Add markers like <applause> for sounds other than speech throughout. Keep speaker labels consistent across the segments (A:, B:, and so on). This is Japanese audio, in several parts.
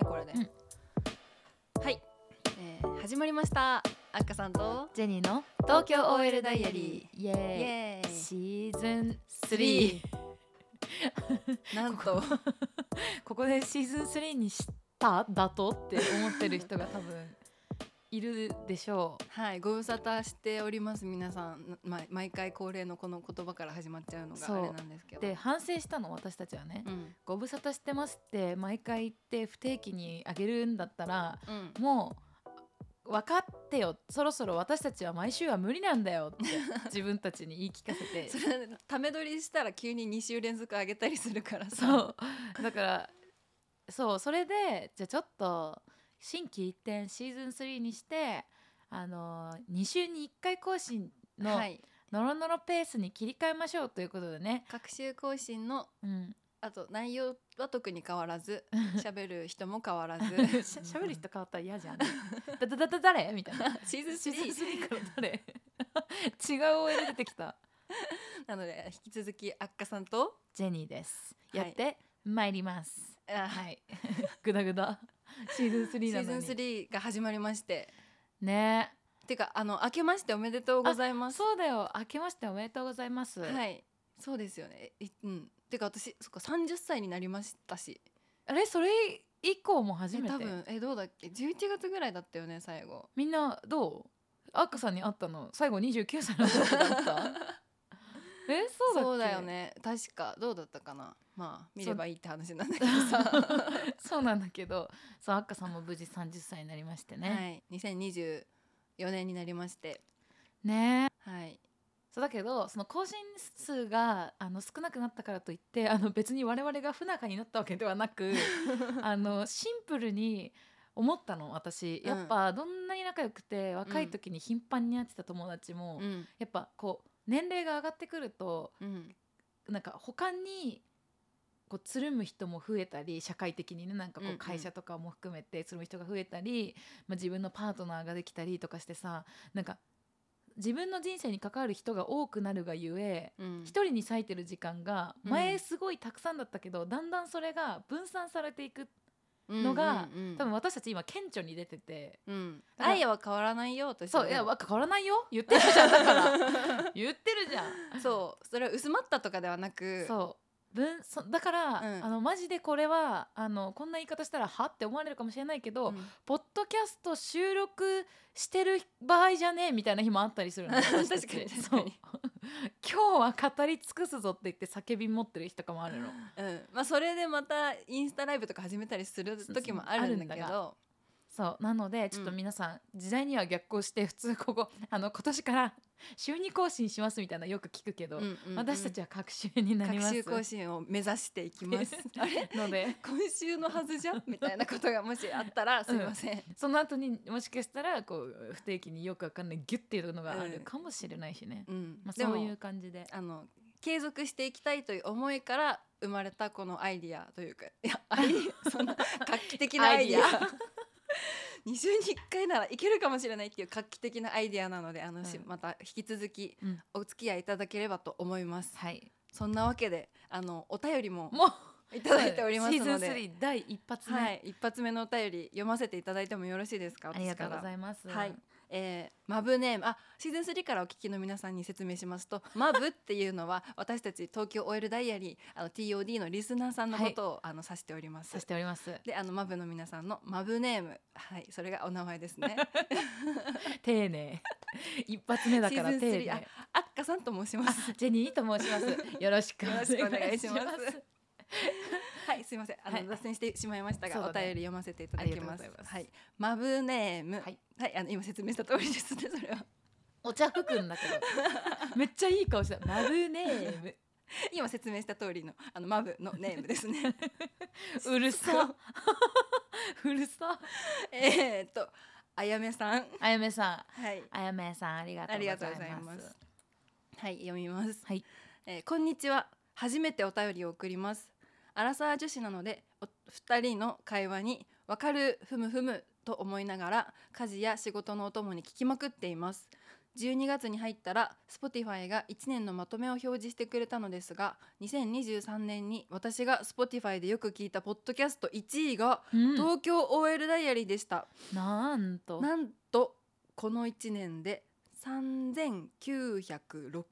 A: で、はい、えー始まりましたあっかさんと
B: ジェニーの
A: 東京 OL ダイアリ
B: ーイエ
A: ーイ
B: ーイ
A: エー
B: シーズン
A: イ
B: 3
A: <laughs> 3なんと
B: <laughs> ここでシーズン3にしただとって思ってる人が多分いるでしょ
A: はいご無沙汰しております皆さん、ま、毎回恒例のこの言葉から始まっちゃうの
B: そう
A: があれなんですけ
B: う
A: ど
B: で反省したの私たちはね、
A: うん
B: ご無沙汰してますって毎回言って不定期にあげるんだったら
A: うん
B: もう分かってよそろそろ私たちは毎週は無理なんだよって自分たちに言い聞かせて <laughs>
A: それため撮りしたら急に2週連続上げたりするからさ
B: そうだからそうそれでじゃあちょっと新規一転シーズン3にしてあの2週に1回更新の
A: はい
B: ノロノロペースに切り替えましょうということでね、
A: 各週更新の <laughs>
B: うん、
A: あと内容は特に変わら <laughs> ず喋る人も変わ <laughs> らず
B: しゃしゃべる人変わったら嫌じゃんだだだだ誰みたいな
A: <laughs> シーズン
B: シーズン
A: 3
B: 3から誰違う OL 出てきた
A: なので引き続きあっかさんと
B: ジェニーです
A: は
B: や
A: い
B: ってまいります
A: あ
B: はいグダグダシーズン
A: シ
B: 3な
A: ー
B: の
A: ズン
B: に
A: 3が始まりまして
B: ね
A: てかあの明けましておめでとうございます
B: そうだよ明けましておめでとうございます、
A: はいそうですよねえいうんてか私そっか30歳になりましたし
B: あれそれ以降も初
A: え
B: めて
A: 多分えどうだっけ11月ぐらいだったよね最後
B: みんなどうアッカさんに会ったの最後29歳の
A: <laughs>
B: 時だったえそうだっけ
A: そうだよね確かどうだったかなまあ見ればいいって話なんだけどさ
B: <laughs> <laughs> そうなんだけどそうアッカさんも無事30歳になりましてね、
A: <laughs> はい2024年になりまして
B: ねえ
A: はい
B: <laughs> そうだけどその更新数があの少なくなったからといってあの別に我々が不仲になったわけではな
A: <laughs>
B: くあのシンプルに思ったの私
A: うん
B: やっぱどんなに仲良くて、若い時に頻繁に会ってた友達も、
A: うん
B: やっぱこう年齢が上がってくると
A: うん
B: なんか他にこうつるむ人も増えたり社会的にねなんかこ
A: うんう
B: うん会社とかも含めてつるむ人が増えたり、まあ、自分のパートナーができたりとかしてさなんか自分の人生に関わる人が多くなるがゆえ
A: うん
B: 一人に割いてる時間が
A: うん
B: 前すごいたくさんだったけど、だんだんそれが分散されていくのが
A: うんうんうん
B: 多分私たち今顕著に出てて。
A: うん、
B: だから
A: 愛は変わらないよ私
B: そういやわ変わらないよ言ってるじゃんだから言ってるじゃん
A: そうそれは薄まったとかではなく
B: そう分そだから、
A: うん
B: あのマジでこれはあのこんな言い方したらはって思われるかもしれないけど、
A: ん
B: ポッドキャスト収録してる場合じゃねえみたいな日もあったりする
A: <laughs>
B: の
A: 確
B: 私
A: か
B: た
A: に
B: ち
A: 確
B: そ
A: か
B: う
A: に
B: 今日は語り尽くすぞって言って叫び持ってる日とかもあるの
A: うんまあ、それでまたインスタライブとか始めたりする時もあるんだけ
B: そう
A: ど
B: そうなのでちょっと皆さん、時代には逆行して普通こ <laughs> こあの今年から週2更新しますみたいなのよく聞くけど、
A: うんうんうん
B: 私たちは隔週になり
A: 各
B: ます
A: 週更新を目指していきます
B: <laughs>
A: あれ
B: ので
A: 今週のはずじゃみたいなことがもしあったらすいません、
B: その後にもしかしたらこう不定期によくわかんないギュッていうのがあ
A: う
B: る
A: ん
B: かもしれないしね、
A: うん
B: まあ、
A: でも
B: そういう感じで
A: あの継続していきたいという思いから生まれたこのアイディアというかいやアイディそんな画期的なアイディ
B: アイデ
A: ア2週に1回ならいけるかもしれないっていう画期的なアイディアなのであの、し
B: うん
A: また引き続き
B: うん
A: お付き合いいただければと思います、
B: はい
A: そんなわけであのお便りも
B: もう
A: いただいております
B: シーズン
A: ので、
B: 3第一発目、
A: はい、一発目のお便り読ませていただいてもよろしいですか
B: ありがとうご
A: 私か
B: ざいます、
A: らはい、えーマブネームあシーズン3からお聞きの皆さんに説明しますと <laughs> マブっていうのは私たち東京 OL ダイアリーあの TOD のリスナーさんのことを、あの指しております
B: さしております
A: であのマブの皆さんのマブネームはいそれがお名前ですね
B: 丁寧 <laughs> 一発目だから
A: シー
B: 丁
A: ズン3
B: 寧
A: あっかさんと申しま
B: あ
A: す
B: ジェニーと申しますよろしくお
A: よろ
B: 願い
A: しく
B: し
A: お
B: ま
A: 願い
B: す
A: しますはいすいませんあの、
B: はい
A: 脱線してしまいましたが、
B: そうだ
A: お
B: ね
A: 便り読ませていただき
B: ありが
A: ま
B: と
A: す
B: うございます
A: はいマブネームは
B: はいい、
A: あの今説明した通りですねそれは
B: お茶服くんだけどめっちゃいい顔したマブネーム
A: 今説明した通りのあのマブのネームです
B: <laughs>
A: ね。
B: うるさ <laughs> うるさ
A: えーっとあやめさん、
B: あやめさん
A: はい、
B: あやめさんありがと
A: あ
B: うご
A: り
B: ざ
A: が
B: い
A: とうござい
B: ま
A: ますす。はい、読みます。
B: はい、
A: えーこんにちは。初めてお便りを送ります。アラサー女子なので、お二人の会話にわかるふむふむと思いながら、家事や仕事のお供に聞きまくっています。 12月に入ったら Spotify が1年のまとめを表示してくれたのですが2023年に私が Spotify でよく聞いたポッドキャスト1位が
B: うん
A: 東京 OL ダイアリーでした、
B: なんと
A: なんとこの1年で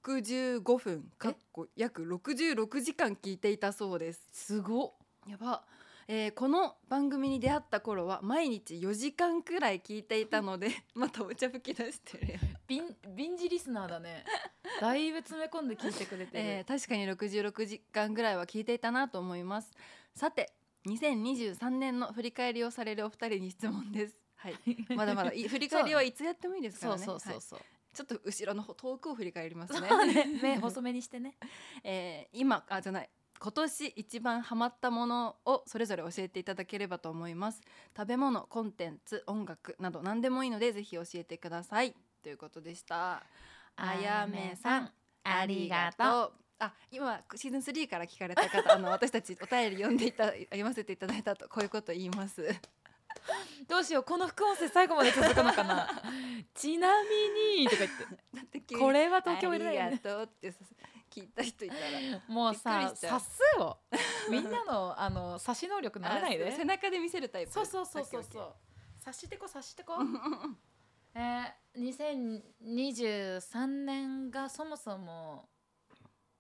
A: 3965分かっこ約66時間聞いていたそうです
B: すごっ
A: やば、えーこの番組に出会った頃は毎日4時間くらい聞いていたの <laughs> でまたお茶吹き出してるやん、
B: ビンビンジリスナーだ <laughs> ねだいぶ詰め込んで聞いてくれてる、
A: えー確かに66時間ぐらいは聞いていたなと思いますさて2023年の振り返りをされるお二人に質問です <laughs> はい、
B: <laughs>
A: まだまだい振り返りはいつやってもいいですか
B: そ
A: ら
B: う
A: ね
B: そうそう
A: はい
B: そう、
A: ちょっと後ろの方遠くを振り返りますね
B: そ
A: <laughs>
B: うね目細めにしてね
A: えー今あじゃない今年一番ハマったものをそれぞれ教えていただければと思います食べ物コンテンツ音楽など何でもいいのでぜひ教えてくださいということでしたあやめさん
B: ありがと
A: う
B: う
A: あ今シーズン3から聞かれた方
B: <laughs>
A: あの私たちお便り読んでいた読ませていただいたとこういうこと言い
B: <laughs>
A: ます
B: どうしようこの副音声最後まで続くのか <laughs> なちなみにとか言っ
A: だって急
B: <laughs> て
A: に
B: これは東京
A: <laughs> あ
B: い
A: り
B: ないよ
A: が
B: ね
A: とうってさ聞いた人いたら
B: もう
A: びっ
B: さ
A: くりしちゃう
B: 察数をみんなのあの差し能力ならない
A: あ
B: で
A: 背中で見せるタイプ
B: そうそうそうそ
A: オ
B: う
A: ッケ
B: そ
A: ーオッ
B: う察してこ察してこ
A: ケーうんうんうん
B: えー、2023年がそもそも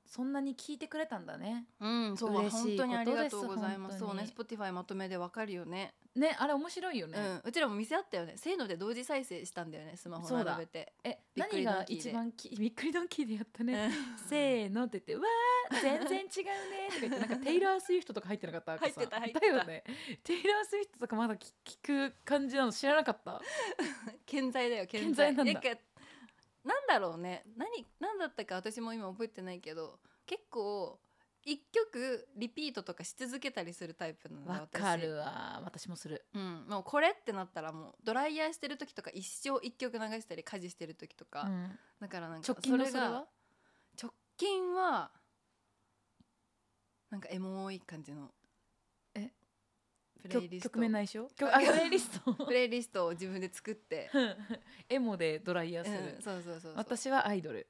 B: そんなに聞いてくれたんだね
A: うん、そう
B: 嬉し
A: 本
B: い
A: 当にありがとう
B: こ
A: ご
B: とです
A: ざいます。そうね、
B: 本
A: Spotify まとめでわかるよね。
B: ねあれ面白いよ
A: う
B: ね、
A: ん、うちらも見せ合ったよね。せーので同時再生したんだよね、スマホ
B: そうだ
A: 並べて。
B: え
A: びっく
B: 何
A: りド
B: が
A: ンキーで
B: 一番き <laughs> びっくりドンキーでやった
A: う
B: ね、
A: ん
B: せーのって言って「わー全然違うね」とか言
A: <laughs>
B: ってなんかテイラー・スウィフトとか入ってなかった
A: 入ってた
B: 赤
A: 入っ
B: さ
A: て
B: ん
A: た
B: だよねテイラー・スウィフトとかまだ聞聞く感じなの知らなかった
A: 健在だよ、健
B: 健
A: 在。
B: 在なんだ
A: かなんだろうね。何何だったか私も今覚えてないけど、結構一曲リピートとかし続けたりするタイプなんだ
B: わ
A: 私。
B: かるわ私もする
A: うん、もうこれってなったらもうドライヤーしてる時とか一生一曲流したり家事してる時とか、
B: うん
A: だからなんか
B: 直近の
A: そ
B: そ
A: れ
B: れ
A: が
B: は
A: 直近はなんかエモい感じの
B: え
A: プレイリ
B: 曲
A: スト
B: 曲名内緒曲あプレイリスト
A: プレイリストを自分で作って、
B: <laughs> エモでドライヤー
A: う
B: する、
A: ん、そうそうそうそう
B: 私はアイドル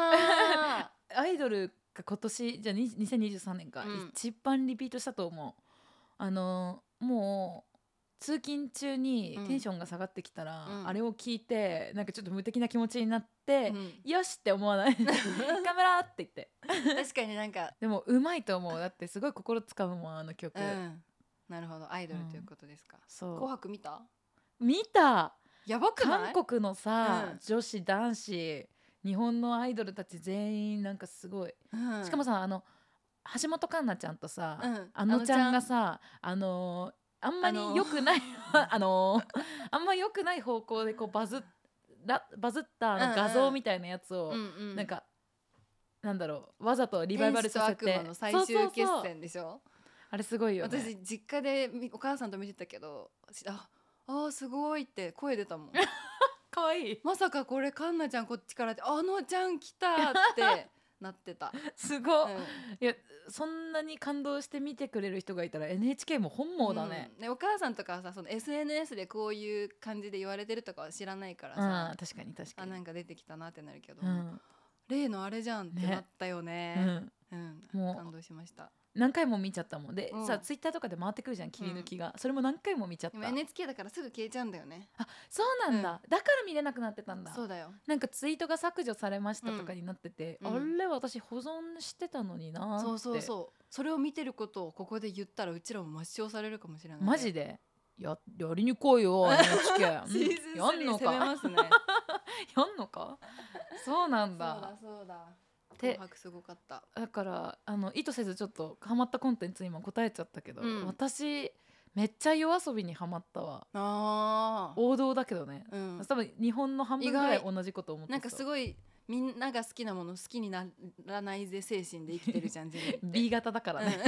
A: あ
B: アイドルが今年じゃあに2023年か、
A: うん
B: 一番リピートしたと思うあのもう通勤中に
A: うん
B: テンションが下がってきたら、
A: うん
B: あれを聞いてなんかちょっと無敵な気持ちになっ
A: ー、
B: て <laughs>
A: う、ん
B: よしって思
A: <laughs>
B: わない頑張ろうって言って
A: 確かになんか、
B: でもうまいと思うだってすごい心つかむもんあの曲、
A: うん、なるほどアイドルということですか、紅
B: そ
A: 白見た
B: う見た
A: やばくない
B: 韓国のさ、
A: うん
B: 女子男子日本のアイドルたち全員なんかすごい、
A: うん
B: しかもさあの橋本環奈ちゃんとさ、
A: うん
B: あのちゃんがさあのーあんまり
A: あのー
B: 良く
A: <laughs>
B: ないあのーあんま良くない方向でこうバズらバズったあ
A: うんう
B: の
A: ん
B: 画像みたいなやつを、
A: あのちゃんうんうん、
B: なんかなんだろうわざとリバイバルさせて
A: 天使と悪魔の最終
B: そうそうそう
A: 決戦でしょ
B: あれすごいよ、ね、
A: 私実家でみお母さんと見てたけどしああーすごいって声出た
B: <laughs>
A: もん
B: 可愛いい
A: まさかこれカンナちゃんこっちからってあのちゃん来たって
B: <laughs>
A: なってた、
B: す
A: う
B: ごい、
A: ん
B: いやそんなに感動して見てくれる人がいたら NHK も本望だね、
A: うんお母さんとかはさその SNS でこういう感じで言われてるとかは知らないから
B: う
A: さ、
B: ん、確かに確か
A: あ
B: に
A: なんか出てきたなってなるけど、
B: うん
A: 例のあれじゃんってなったよね
B: うん
A: うん
B: もう
A: 感動しました
B: 何回も見ちゃったもんで、
A: うん
B: さツイッターとかで回ってくるじゃん切り抜きが、それも何回も見ちゃっ
A: で
B: た
A: も NHK だからすぐ消えちゃうんだよね
B: あそうなんだ、だから見れなくなってたんだ
A: そうだよ
B: なんかツイートが削除されましたとかになってて、
A: うんうん
B: あれ私保存してたのになーって
A: そうそうそうそれを見てることをここで言ったらうちらも抹消されるかもしれないね
B: マジでややりに来いよ
A: <laughs>
B: NHK や
A: シーズン
B: ん
A: 3
B: の
A: 攻
B: か
A: め
B: や
A: ます
B: <laughs>
A: ね。そ
B: んのかそうなん
A: う
B: だ
A: だそうだ。
B: で
A: 紅白すごかった。
B: だからあの意図せずちょっとハマったコンテンツ今答えちゃったけど、
A: うん
B: 私めっちゃ夜遊びにハマったわ
A: ああ。
B: 王道だけどね、
A: うん。
B: 多分日本の半分ぐら
A: 意
B: い
A: 外
B: 同じこと思って
A: なんかす
B: ごい
A: ごいみんなが好きなもの好きにならないぜ精神で生きてるじゃんジェ <laughs> ネって
B: B 型だからね、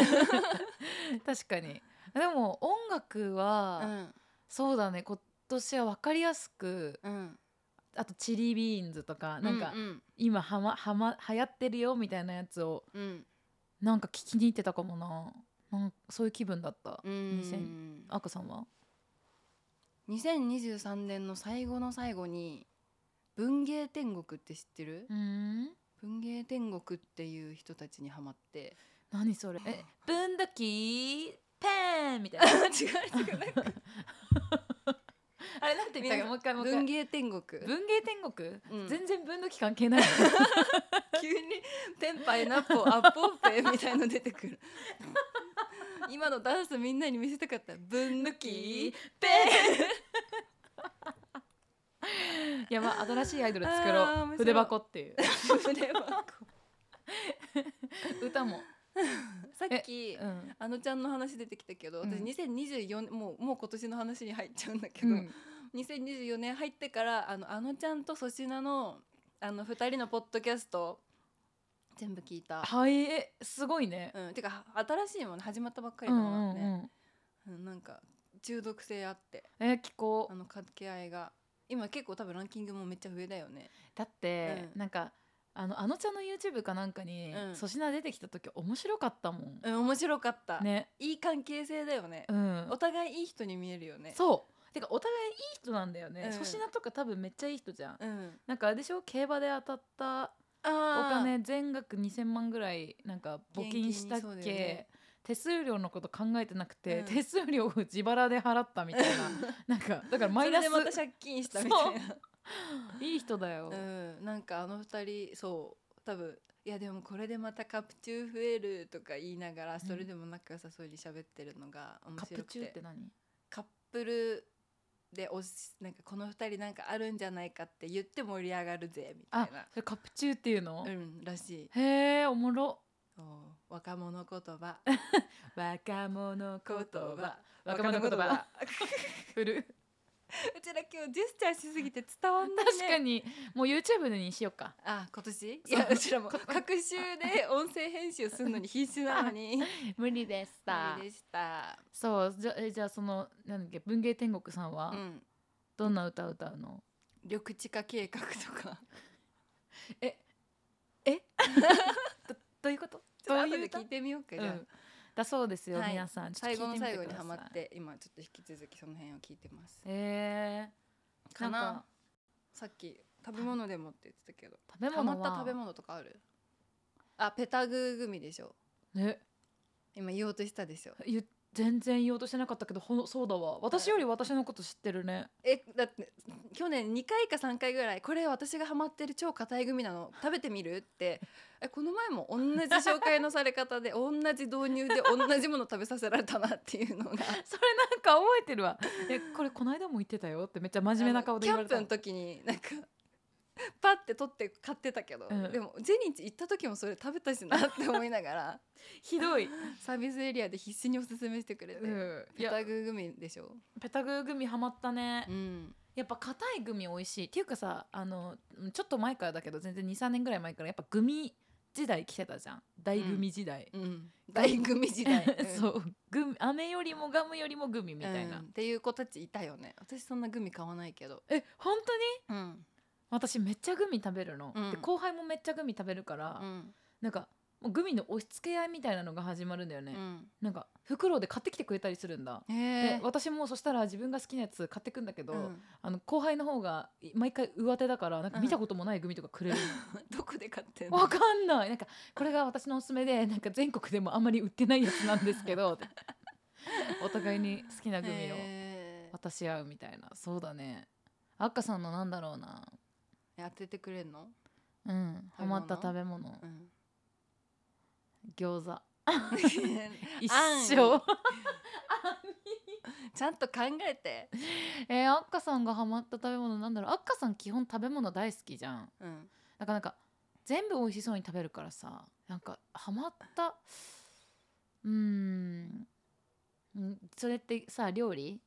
B: 確かにでも音楽は、
A: うん
B: そうだね今年は分かりやすく
A: うん。
B: あとチリビーンズとかなんか
A: うん
B: 今はまはま流行ってるよみたいなやつを
A: うん。
B: なんか聞きに行ってたかもななんそういう気分だった
A: うん。
B: 赤さんは
A: 2023年の最後の最後に。文芸天国って知ってる、
B: うん
A: 文芸天国っていう人たちにハマって
B: 何それえ分度器ペンみたい
A: <laughs>
B: <laughs>
A: 違
B: な
A: う違うなんか
B: あれなんて言ったかもう一回もう一回
A: 文芸天国
B: 文芸天国、
A: うん
B: 全然 <laughs> 分度器関係ない <laughs>
A: 急にテンパイナッポアッポーペみたいの出てくる今のダンスみんなに見せたかった文抜き
B: ペン <laughs> やば新しいアイドル作
A: あー面白い
B: ろう <laughs> 筆
A: <laughs>
B: 箱っていう
A: 筆箱
B: 歌も、
A: さっき
B: うん
A: あのちゃんの話出てきたけど
B: うん
A: 私2024年もうもう今年の話に入っちゃうんだけ
B: う
A: ど、
B: ん、
A: 2024年入ってからあのあのちゃんと粗品のあの2人のポッドキャスト全部聞いた。
B: はいえすごいね、
A: うん、てか新しいもの始まったばっかり
B: う
A: だ
B: ん
A: もん
B: うんう
A: ね、
B: ん、
A: うんなんか中毒性あって
B: え聞こ
A: あ
B: う
A: の掛け合いが今結構多分ランキングもめっちゃ上だよね
B: だって、
A: うん
B: なんかあのあのちゃんの YouTube かなんかに
A: うん
B: 粗品、出てきた時面白かったもん、
A: うん面白かった、
B: ね
A: いい関係性だよね
B: う、ん
A: お互いいい人に見えるよね
B: そうてかお互いいい人なんだよね
A: うん
B: 粗品、とか多分めっちゃいい人じゃん、
A: うん
B: なんかあれでしょ競馬で当たった
A: あ
B: お
A: ー
B: 金全額2,000万ぐらいなんか募金したっ
A: 現金にそうだよ
B: け、
A: ね
B: 手数料のこと考えてなくて、
A: うん
B: 手数料を自腹で払った
A: <laughs>
B: みたいななんかだからマイナス
A: それでまた借金したみたいない
B: い人だよ、
A: うん、なんかあの二人そう多分いやでもこれでまたカプチュー増えるとか言いながら
B: ん
A: それでも仲良さそうに喋ってるのが面
B: カ
A: 白
B: プ
A: く
B: チ
A: て、
B: ューって何
A: カップルでおしなんかこの二人なんかあるんじゃないかって言って盛り上がるぜみた
B: あ
A: いな
B: それカプチューっていうの、
A: うんらしい
B: へえおもろ
A: そう若者言
B: <laughs>
A: 葉
B: 若者
A: 言
B: 言葉
A: 葉
B: 若者言葉振る
A: うちら今日ジェスチャーしすぎて伝わんない、ね、
B: <laughs> 確かにもう YouTube にしようか
A: あ今年い
B: そう
A: やうちらも各週で音声編集するのに必死なのに
B: <laughs> <laughs> 無理でし
A: 無理でした
B: そうじゃえじゃあそのなんだっけ文芸天国さんは
A: うん
B: どんな歌を歌うの、
A: 緑地化計
B: <laughs>
A: 画とか
B: どういうこと
A: ちょっと
B: ど
A: 後
B: ういう
A: で
B: 歌
A: 聞いてみようかじ
B: う
A: ゃあ、
B: ん、だそうですよ、
A: はい
B: 皆さんちょっ
A: 最
B: と
A: 後
B: 聞い
A: の最
B: てみて
A: 後に
B: くださ
A: ハ
B: い
A: マって今ちょっと引き続きその辺を聞いてます
B: えー、
A: かなん
B: か
A: さっき食べ物でもって言ってたけど
B: 食べ
A: ハマっ
B: 物は
A: た食べ物とかあるあペタグーグミでしょ
B: ね
A: 今言おうとしたでしょ
B: ゆ全然言おうとしてなかったけどほんそうだわ私より私のこと知ってるね
A: えだって去年2回か3回ぐらいこれ私がハマってる超硬いグミなの食べてみるってえこの前も同じ紹介のされ方で同じ導入で同じもの食べさせられたなっていうのが
B: <laughs> それなんか覚えてるわえこれこの間も言ってたよってめっちゃ真面目な顔で言われた
A: あのキャンプの時になんかパッて取って買ってたけど、
B: うん
A: でもジェニーチ行った時もそれ食べたしなって思いなが
B: <laughs>
A: ら <laughs>
B: ひどい、
A: サービスエリアで必死におすすめしてくれて、
B: うん、い
A: ペ
B: や
A: タグーグミでしょ、
B: ペタグーグミハマったね、
A: うん、
B: やっぱ硬いグミ美味しいっていうかさあのちょっと前からだけど全然23年ぐらい前からやっぱグミ時代来てたじゃん大グミ時代、
A: うん、大グミ時代
B: <laughs> そうグミ飴よりもガムよりもグミみたいな、
A: うんっていう子たちいたよね私そんなグミ買わないけど
B: え本当に
A: うん、
B: 私めっちゃグミ食べるの、
A: うん
B: で後輩もめっちゃグミ食べるから、
A: うん
B: なんかもうグミの押し付け合いみたいなのが始まるんだよね、なんか袋で買ってきてくれたりするんだ、
A: うん、
B: で
A: えー
B: 私もそしたら自分が好きなやつ買ってくんだけど、
A: うん
B: あの後輩の方がい毎回上手だからなんか見たこともないグミとか
A: <laughs>
B: くれるの、
A: <laughs> どこで買ってんの
B: わかんないなんかこれが私のおすすめでなんか全国でもあんまり売ってないやつなんです
A: <laughs>
B: けどお互いに好きなグミを
A: えー
B: 渡し合うみたいなそうだねあっかさんのなんだろうな
A: 当ててくれんの、
B: うん
A: 食
B: ハ
A: べ物
B: マった食べ物
A: うん、
B: 餃子一
A: 安
B: 生
A: 易 <laughs> ちゃんと考えて、
B: <laughs> えー、あっかさんがハマった食べ物なんだろうあっかさん基本食べ物大好きじゃん
A: うん、
B: なかなか全部美味しそうに食べるからさなんかハマったうーんうんそれってさ
A: <laughs>
B: 料理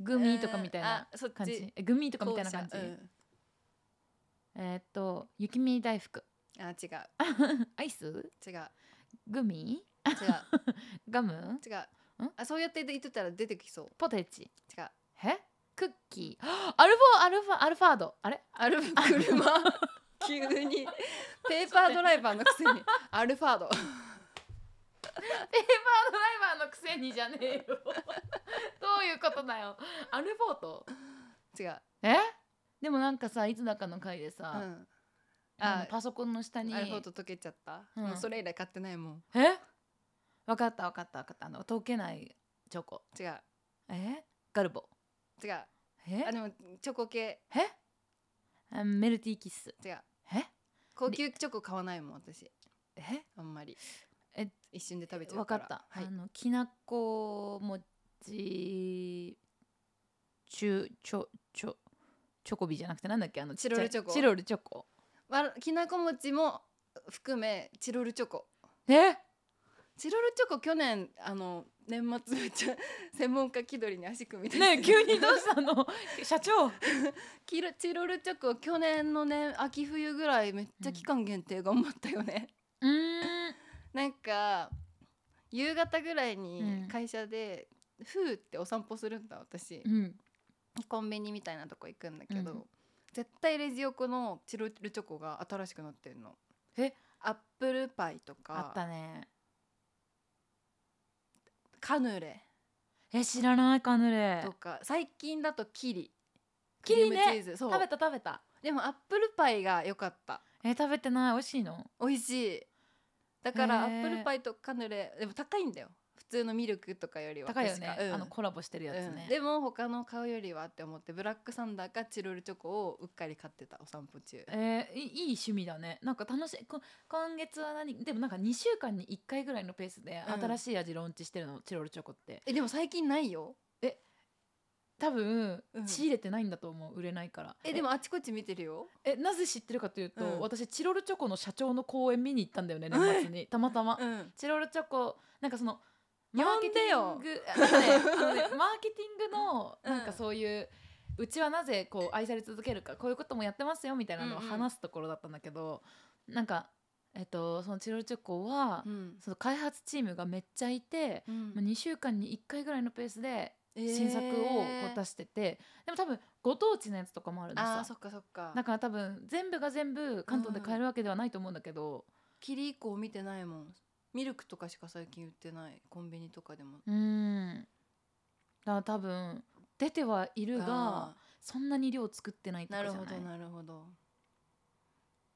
B: グミとかみたいな
A: うんあそっち
B: 感じえグミとかみたいな感じ、
A: 後者
B: えーっと雪見大福 <laughs>
A: うん、あ違う
B: アイス
A: 違う
B: グミ
A: 違
B: <laughs>
A: う
B: ガム
A: 違うんあそうやって言ってたら出てきそう
B: ポテチ
A: 違う
B: えクッキーアルフォーアルファアルファードあれ
A: アルフ車 <laughs> 急にペーパードライバーのくせにアルファード <laughs>
B: ペーパードライバーのくせにじゃねえよどういうことだよアルフォート
A: 違う
B: えでもなんかさいつだかの回でさ、
A: うん
B: あの
A: あ
B: パソコンの下に
A: あれほど溶けちゃった、
B: うん
A: もうそれ以来買ってないもん
B: えわかったわかったわかったあの溶けないチョコ
A: 違う
B: えガルボ
A: 違う
B: え
A: あでもチョコ系
B: えあメルティーキッス
A: 違う
B: え
A: 高級チョコ買わないもん私
B: え
A: あんまり
B: え
A: 一瞬で食べちゃ
B: わ
A: うか
B: からった、
A: はい
B: あのきなこ餅チュチョチョチョコビじゃなくてなんだっけあのちっちゃ
A: チロル
B: い
A: チョコ
B: チロルチョコ
A: わらきなこ餅も含めチロルチョコ <laughs>
B: え
A: チロルチョコ去年あの年末めっちゃ <laughs> 専門家気取りに足組み出して
B: ねえ急にどうしたの <laughs> 社
A: <laughs>
B: 長
A: キロチロルチョコ去年のね秋冬ぐらいめっちゃ期間限定頑張ったよね、
B: うーん
A: なんか夕方ぐらいに
B: うん
A: 会社で、ふーってお散歩するんだ私、
B: うん
A: コンビニみたいなとこ行くんだけど、
B: うん
A: 絶対レジ横のチロルチョコが新しくなってるの
B: え
A: アップルパイと
B: あっ
A: か
B: たね
A: カヌレ
B: え知らないカヌレ
A: とか最近だとキリ
B: キリね
A: クリームチーズそう
B: 食べた食べた
A: でもアップルパイが良かった
B: え食べてない美味しいの
A: 美味しいだからア
B: へー
A: ップルパイとカヌレでも高いんだよ普通のミルクとかよりは
B: 高いよね
A: 確、かうん
B: あのコラボしてるやつ
A: う
B: ね
A: ん、でも他の買うよりはって思ってブラックサンダーかチロルチョコをうっかり買ってたお散歩中
B: えーいいいい趣味だねなんか楽しいこ今月は何でもなんか2週間に1回ぐらいのペースで
A: うん
B: 新しい味ローンチしてるの、チロルチョコって
A: えでも最近ないよ
B: 多分、
A: うん
B: 仕入れてないんだと思う売れないから
A: えでもあちこち見てるよ
B: えなぜ知ってるかというと、
A: うん
B: 私チロルチョコの社長の公演見に行ったんだよね
A: ん
B: 年
A: <laughs>
B: 末にたまたま、
A: うん
B: チロルチョコなんかその
A: 呼
B: マー
A: ん
B: ケテ
A: で
B: ィ
A: よ
B: ングあのねあのねマーケティングの
A: うん
B: なんかそういう、うちはなぜこう愛され続けるかこういうこともやってますよみたいなのを
A: うんうん
B: 話すところだったんだけど、なんかえっとそのチロルチョコは、
A: うん
B: その開発チームがめっちゃいて、
A: うん
B: まあ2週間に1回ぐらいのペースで新作をこう出
A: し
B: してて、でも多分ご当地のやつとかもあるの
A: あー
B: さ
A: そっかそっか
B: だから多分全部が全部関東で買えるわけではないと思うんだけど、
A: キリ以降見てないもんミルクとかしか最近売ってないコンビニとかでも
B: うーんだから多分出てはいるが
A: あ
B: そんなに量作ってな
A: ー
B: いと
A: な
B: かじ
A: るほどな
B: ゃない
A: るほど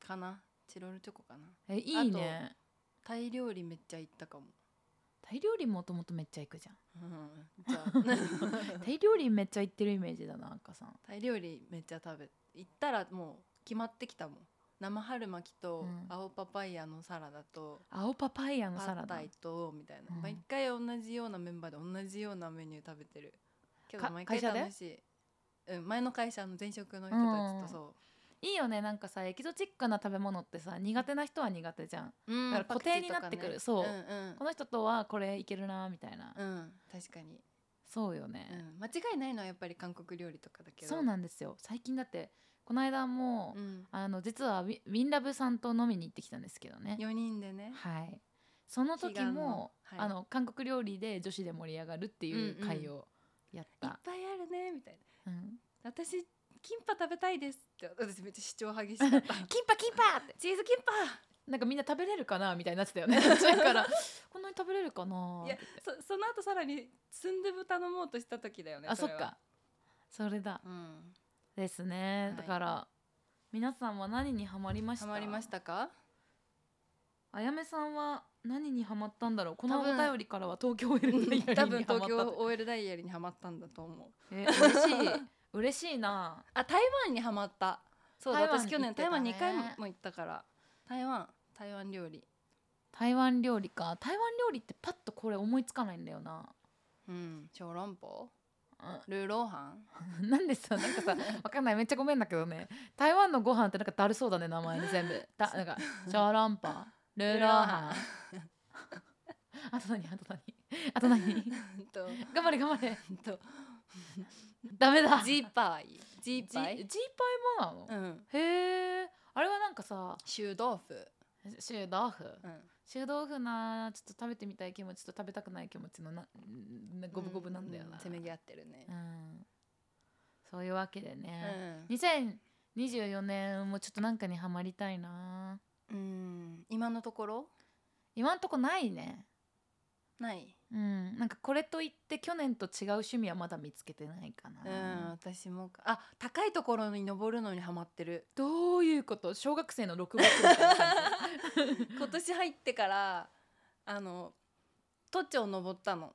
A: かなチロルチョコかな
B: えいいね
A: タイ料理めっちゃ行ったかも、
B: タイ料理もともとめっちゃ行
A: <laughs>
B: くじゃん
A: うん、じゃ
B: <laughs>
A: あ
B: タイ料理めっちゃ行ってるイメージだなあんかさん
A: タイ料理めっちゃ食べ行ったらもう決まってきたもん生春巻きと
B: うん
A: 青パパイヤのサラダと
B: 青パパイヤのサ
A: パ
B: ラ
A: ッ
B: ダ
A: タイとみたいな、
B: うん
A: 毎回同じようなメンバーで同じようなメニュー食べてるけど
B: か
A: 毎回
B: 会社で
A: 楽しい、うん、前の会社の前職の人たち
B: うん
A: とそ
B: いいよねなんかさエキゾチックな食べ物ってさ苦手な人は苦手じゃん
A: う、うん
B: だから固定になってくるそう
A: うんうん
B: この人とはこれいけるなみたいな、
A: うん、確かに、
B: そうよね
A: う、ん、間違いないのはやっぱり韓国料理とかだけど
B: そうなんですよ最近だってこの間も、
A: うん、
B: あの実はウィウィンラブさんと飲みに行ってきたんですけどね
A: 4人でね
B: はい、その時
A: 悲願
B: も
A: の、はい
B: あの韓国料理で女子で盛り上がるってい
A: ん
B: う
A: うん
B: う会をやっ、
A: いったぱいあるねみたい
B: うん
A: な私キンパ食べたいですって私めっちゃ主張激しかった
B: <laughs> キンパキンパって
A: チーズキンパ
B: なんかみんな食べれるかなみたいになってた <laughs> よね途中からこんなに食べれるかない
A: やそその後さらにスンドゥブ頼もうとした時だよね
B: あそ
A: れ
B: っ
A: は
B: かそれだ
A: うん
B: ですね、
A: はい
B: だから皆さんは何にハマりました
A: ハマりましたか
B: あやめさんは何にハマったんだろうこのお
A: 多分
B: 便りからは東京 <laughs> OL
A: 多分
B: のにハマった
A: 東京 OL ダイヤリーにハマったんだと思う
B: え嬉しい嬉しいな
A: あ台湾にハマったそうだ
B: 台湾
A: 私去
B: 行っ
A: 年
B: てた
A: 台
B: ね
A: 湾2回も行ったから台湾台湾料理
B: 台湾料理か台湾料理ってパッとこれ思いつかないんだよな <laughs>
A: うん小籠包
B: あ
A: ルーローハン <laughs>
B: なんでさなんかさわかんないめっちゃごめんだけどね台湾のご飯ってなんかだるそうだね名前に全部だなんか小籠包ルーローハンあと何あと何あと何
A: うんと
B: 頑張れ頑張れ
A: うんと
B: ダメだ
A: ジーパイジ
B: ジ
A: ーパ
B: ジ
A: イ
B: ーパイもなの、
A: うん
B: へえあれはなんかさ
A: 臭豆腐
B: 臭豆腐
A: うん
B: 臭豆腐なちょっと食べてみたい気持ちと食べたくない気持ちのなな五分五分なんだよ
A: う
B: な、
A: うせめぎ合ってるね
B: うんそういうわけで
A: う
B: ね、
A: ん
B: 2024年もちょっとなんかにはまりたいな
A: うん今のところ
B: 今んとこないね
A: ない
B: うん、なんかこれといって去年と違う趣味はまだ見つけてないか
A: うん、
B: な、
A: 私もかあ高いところに登るのにハマってる
B: どういうこと小学生の6月みたいな感
A: <laughs>
B: じ <laughs>
A: 今年入ってからあの都庁登ったの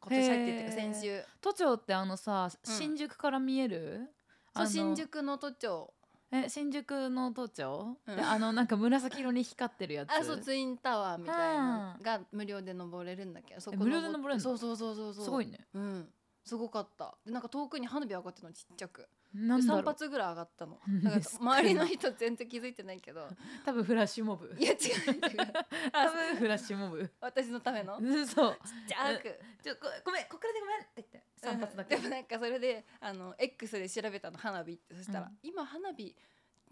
A: 今年入ってっていうか
B: へー
A: 先週
B: 都庁ってあのさ
A: うん
B: 新宿から見える、
A: そ
B: あ
A: う
B: の
A: 新宿の都庁
B: え新宿の都庁、
A: うん
B: であのなんか紫色に光ってるやつ
A: あそうツインタワーみたいな
B: う
A: のが無料で登れるんだけどそ
B: え無料で登れんの
A: そうそうそうそうそう
B: すごいね
A: うんすごかったでなんか遠くに花火上がってたのちっちゃくで
B: なんだ
A: 3
B: ろう
A: 発ぐらい上が
B: <laughs>
A: ったの
B: うん
A: だから
B: 少ない
A: 周りの人全然気づいてないけど
B: 多分フラッシュモブ
A: いや違う違
B: <laughs>
A: う
B: 多分フラッシュモブ <laughs>
A: 私のための
B: うんそう
A: じゃあく
B: ちょごごめんこっからでごめんって言って散髪だけ、
A: うんでもなんかそれであの X で調べたの花火ってそしたら、
B: うん
A: 今花火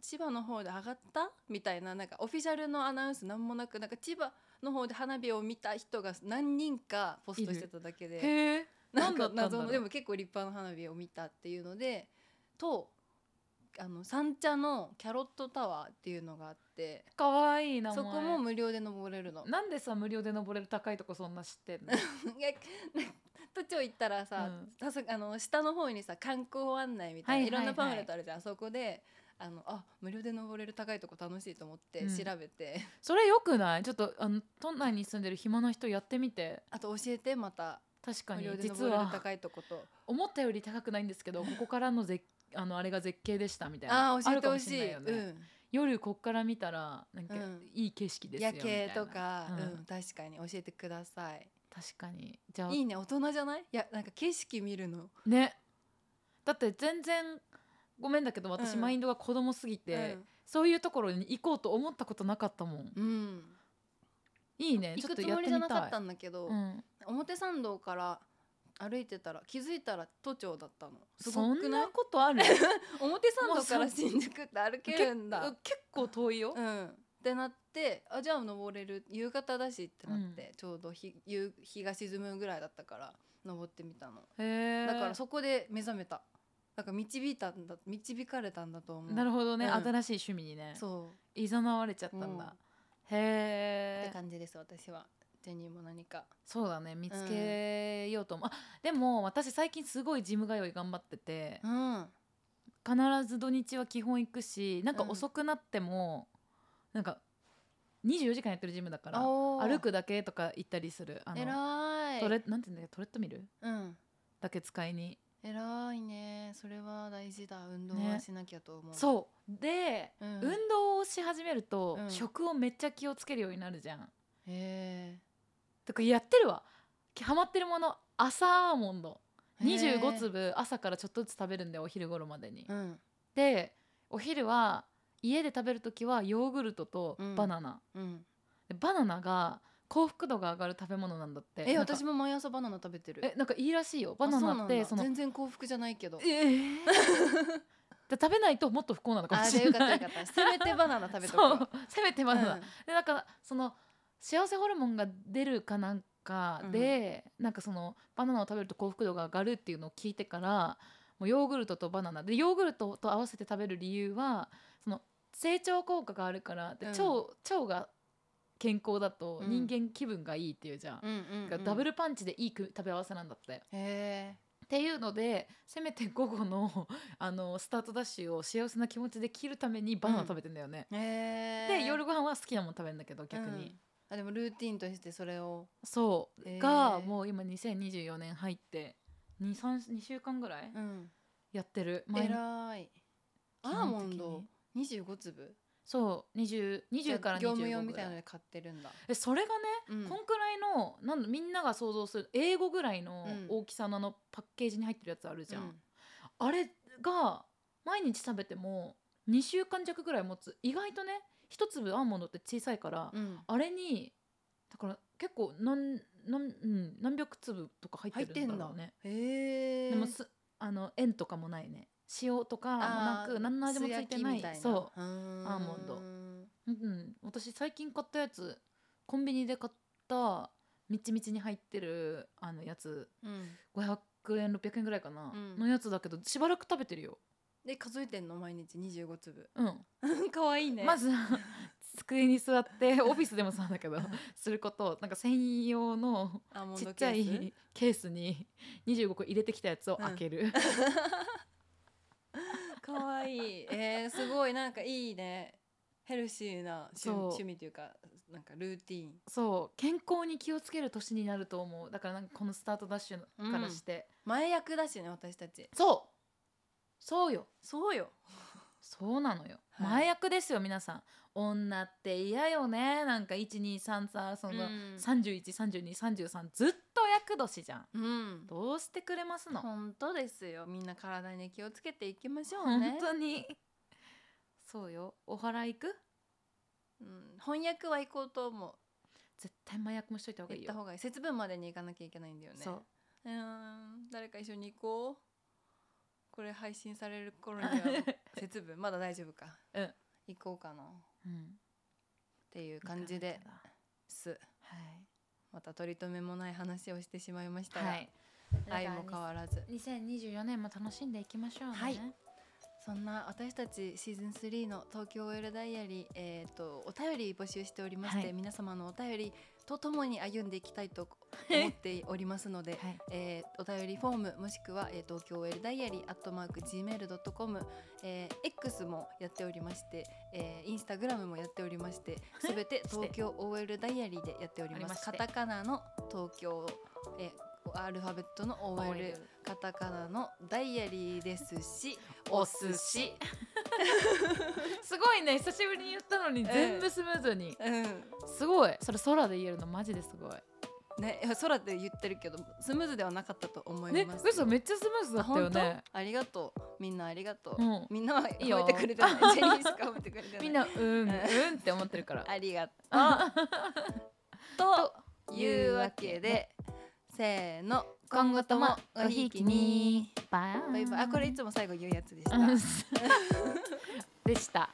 A: 千葉の方で上がったみたいななんかオフィシャルのアナウンスなんもなくなんか千葉の方で花火を見た人が何人かポストしてただけで
B: へえ
A: なん
B: な
A: か
B: んだったんだ
A: 謎
B: ろう
A: のでも結構立派な花火を見たっていうのでとあの三茶のキャロットタワーっていうのがあって
B: かわいい名前
A: そこも無料で登れるの。
B: なんでさ無料で登れる高いとこそんな知ってんの
A: いやな都庁行ったらさ、
B: うん
A: たそあの下の方にさ観光案内みたいな、
B: はいいはいはい
A: ろんなパンフレットあるじゃんあそこであのあ無料で登れる高いとこ楽しいと思って
B: う
A: 調
B: ん
A: べて、 <laughs>
B: それよくないちょっとあの都内に住んでる暇な人やってみて
A: あと教えてまた
B: 確か
A: 無
B: に
A: 料で
B: 実
A: 登れる
B: は
A: 高いとこと
B: 思ったより高くないんですけどここからの絶あのあれが絶景でしたみたいな
A: ああー教え
B: る
A: て
B: かも
A: ほ
B: し
A: しい
B: れないよね
A: うん、
B: 夜こっから見たらなんか
A: うん
B: いい景色ですよ
A: 夜
B: みたい
A: 景
B: な
A: とか、
B: う
A: うんん確かに教えてください
B: 確かにじゃあ
A: いいね大人じゃないいやなんか景色見るの、
B: ねだって全然ごめんだけど私
A: うん
B: マインドが子供すぎて、そういうところに行こうと思ったことなかったもん
A: うん、うん、
B: いいね
A: 行
B: ちょっ
A: く
B: と
A: つ
B: やっ
A: も
B: て
A: り
B: み
A: じ
B: た
A: ゃな
B: い
A: かったんだけど、
B: うん、
A: 表参道から歩いてたら気づいたら都庁だったのす
B: そ
A: ご
B: ん
A: く
B: な
A: ない
B: こ
A: <laughs>
B: とある
A: 表参
B: も
A: 道
B: う
A: から
B: さ
A: 新宿って歩けるんだ
B: け結構遠いよ、
A: うんってなってあじゃあ登れる夕方だしってなって、ちょうど日夕日が沈むぐらいだったから登ってみたの
B: へえ
A: だからそこで目覚めただから導いたんだ導かれたんだと思う
B: なるほどね、
A: うん
B: 新しい趣味にね
A: そ
B: いざなわれちゃったんだ、
A: うって
B: へえ
A: 感じです私はジェニーも何か
B: そうだね見つけようと思う、あでも私最近すごいジム通い頑張ってて、
A: うん
B: 必ず土日は基本行くしなんか
A: うん
B: 遅くなっても、なんか24時間やってるジムだから歩
A: 歩
B: くだけとか行ったりするあ
A: え
B: の
A: らい
B: トレなんていうんだっけトレッドミル
A: うん
B: だけ使いに、
A: えらいねそれは大事だ運動
B: ね
A: はしなきゃと思う、
B: そうで、
A: うん、
B: 運動をし始めると、
A: うん
B: 食をめっちゃ気をつけるようになるじゃん
A: へ
B: とかやってるわきハマってるもの朝アーモンド
A: えへ
B: 25
A: え
B: 粒朝からちょっとずつ食べるんでお昼頃までに、
A: うん
B: でお昼は家で食べる時はヨーグルトと
A: うん
B: バナナ、
A: うん
B: でバナナが幸福度が上がる食べ物なんだって
A: え
B: なんか
A: 私も毎朝バナナ食べてる
B: えなんかいいらしいよ
A: あ
B: バナ
A: そう
B: ナ
A: な
B: っ
A: ん
B: て
A: だ
B: その
A: 全然幸福じゃないけど
B: ええ <laughs> で食べないともっと不幸なのかも
A: あ
B: し
A: じゃあ
B: れ
A: よかった
B: な
A: よ
B: い
A: か
B: <laughs>
A: ったせめてバナナ食べとく
B: そ
A: わ
B: うせめてバナナ、
A: うん
B: でなんかその幸せホルモンが出るかなんかで、なんかそのバナナを食べると幸福度が上がるっていうのを聞いてからもうヨーグルトとバナナでヨーグルトと合わせて食べる理由はその成長効果があるからで
A: うん
B: 腸,、腸が健康だと
A: うん
B: 人間気分がいいっていうじゃん、
A: うんうんうん
B: だからダブルパンチでいい食べ合わせなんだって。
A: へ
B: っていうのでせめて午後の <laughs> あのスタートダッシュを幸せな気持ちで切るためにバナナ食べてんだよね、
A: えへえ
B: で夜ご飯は好きなもの食べるんだけど逆
A: う
B: に、
A: んあでもルーティンとしてそれを
B: そう、
A: へー
B: がもう今2024年入って23週間ぐらい
A: うん
B: やってる、
A: え
B: 毎日
A: らいア
B: 基
A: ー
B: 本
A: モ
B: 的に
A: ンド25粒
B: そう2020から25
A: 業務用み
B: ぐ
A: たい
B: ら
A: なので
B: い
A: 買ってるんだ
B: えそれがね、
A: うん
B: こんくらいのなんだみんなが想像する英語ぐらいの
A: うん
B: 大きさのあのパッケージに入ってるやつあるじゃん、
A: うん
B: あれが毎日食べても2週間弱ぐらい持つ意外とね一粒アーモンドって小さいから、
A: うん
B: あれにだから結構何何,、うん、何百粒とか入ってるんだろうね
A: へえ
B: でもすあの塩とかもないね塩とかもなく何の味もついてないそ
A: ア
B: ア
A: ー
B: ーモン
A: ド
B: ドう、うんうん、私最近買ったやつコンビニで買ったみちみちに入ってるあのやつ500円600円ぐらいかな、
A: うん
B: のやつだけどしばらく食べてるよ
A: で数えてんの毎日25粒 <laughs>
B: うん
A: 可愛いね
B: まず <laughs> 机に座って <laughs> オフィスでもそう
A: <laughs>
B: だけどすることをなんか専用の
A: アーモン
B: ちっ
A: ド
B: ち
A: ケ
B: ゃ
A: ース <laughs>
B: いケースに25個入 <laughs> れてきたやつを開ける、
A: 可愛いえー、すごいなんかいいねヘルシーな趣
B: そう
A: 趣味というかなんかルーティーン
B: そう健康に気をつける年になると思うだからなんかこのスタートダッシュからして、
A: 前役だしね私たち
B: そうそうよ
A: そうよ
B: そうなのよ、
A: はい
B: 前役ですよ皆さん女って嫌よねなんか123さその、
A: うん
B: 313233ずっと役年じゃん
A: うん
B: どうしてくれますの
A: 本当ですよみんな体に気をつけていきましょう
B: 本
A: ね、
B: 当にそうよお祓い行く
A: うん、翻訳は行こうと思う
B: 絶対麻薬もしといた方がい
A: 行
B: い
A: った
B: よ
A: 方がいい節分までに行かなきゃいけないんだよね
B: そう
A: うーん誰か一緒に行こうこれ配信される頃には <laughs> 節分まだ大丈夫か、
B: うん
A: 行こうかなっ
B: <laughs> うん
A: ていう感じ
B: いいかな
A: です
B: は
A: また取り留めもない話をしてしまいました
B: い、
A: が、
B: はい、
A: 愛も変わらず
B: 2024年も楽しんでいきましょうね、
A: はいそんな私たちシーズン3の東京 OL ダイアリー、えー、とお便り募集しておりまして、
B: はい
A: 皆様のお便りとともに歩んでいきたいと思っておりますので、
B: はい
A: えーお便りフォームもしくは、えー、東京 OL ダイアリーアットマーク Gmail.com、えー X もやっておりまして、えー、インスタグラムもやっておりましてすべ
B: <laughs>
A: て東京 OL ダイアリーでやっており
B: あり
A: ま
B: ますし
A: カ
B: て
A: タカナの東京、えーアルファベットの OL カタカナのダイアリーですし
B: お寿司すごいね久しぶりに言ったのに全部スムーズに、
A: うん
B: すごいそれ空で言えるのマジですごい
A: ね、いや空で言ってるけどスムーズではなかったと思い
B: ね
A: ます。
B: 嘘めっちゃスムーズだったよね
A: ありがとうみんなありがとう、
B: うん
A: みんなはい
B: よ
A: 褒めてくれてないジェニーしか褒めてくれてない
B: みんなうんうん
A: ん
B: って思ってるから
A: ありが
B: <laughs>
A: とうというわけでせーの今後ともごひいきに
B: バイ
A: バイバイあこれいつも最後言うやつでした
B: うん <laughs> でした